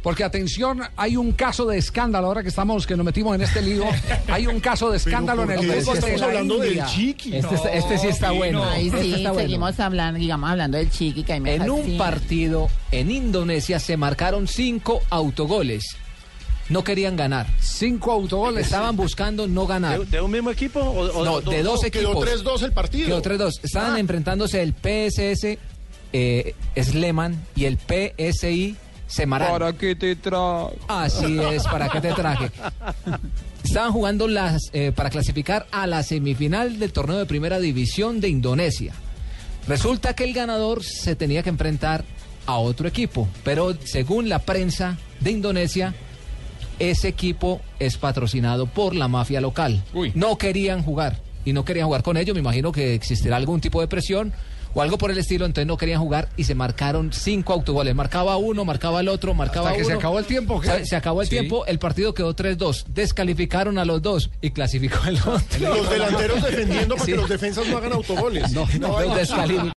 Porque atención, hay un caso de escándalo, ahora que estamos, que nos metimos en este lío, hay un caso de escándalo en el Pero fútbol de estamos la hablando del India. chiqui. Este, es- este sí está bueno. Ay, Este sí, está bueno. seguimos hablando, digamos, hablando del chiqui que hay me En un fascina. partido en Indonesia se marcaron cinco autogoles. No querían ganar. Cinco autogoles. Estaban buscando no ganar. ¿De, de un mismo equipo? O, o- No, o- de dos Quedó equipos. 3-2 el partido. Ah. Quedó 3-2. Estaban Ah. enfrentándose el PSS eh, Sleman y el PSI Semarán. ¿Para qué te trajo? Así es, ¿para qué te traje? Estaban jugando las, eh, para clasificar a la semifinal del torneo de primera división de Indonesia. Resulta que el ganador se tenía que enfrentar a otro equipo, pero según la prensa de Indonesia, ese equipo es patrocinado por la mafia local. Uy. No querían jugar y no querían jugar con ellos. Me imagino que existirá algún tipo de presión o algo por el estilo. Entonces no querían jugar y se marcaron cinco autogoles. Marcaba uno, marcaba el otro, marcaba Hasta que uno. se acabó el tiempo, ¿qué? Se, se acabó el Sí. tiempo, el partido quedó 3-2. Descalificaron a los dos y clasificó el otro. Los delanteros defendiendo para Sí. que los defensas no hagan autogoles. No, no, hay- descalificaron.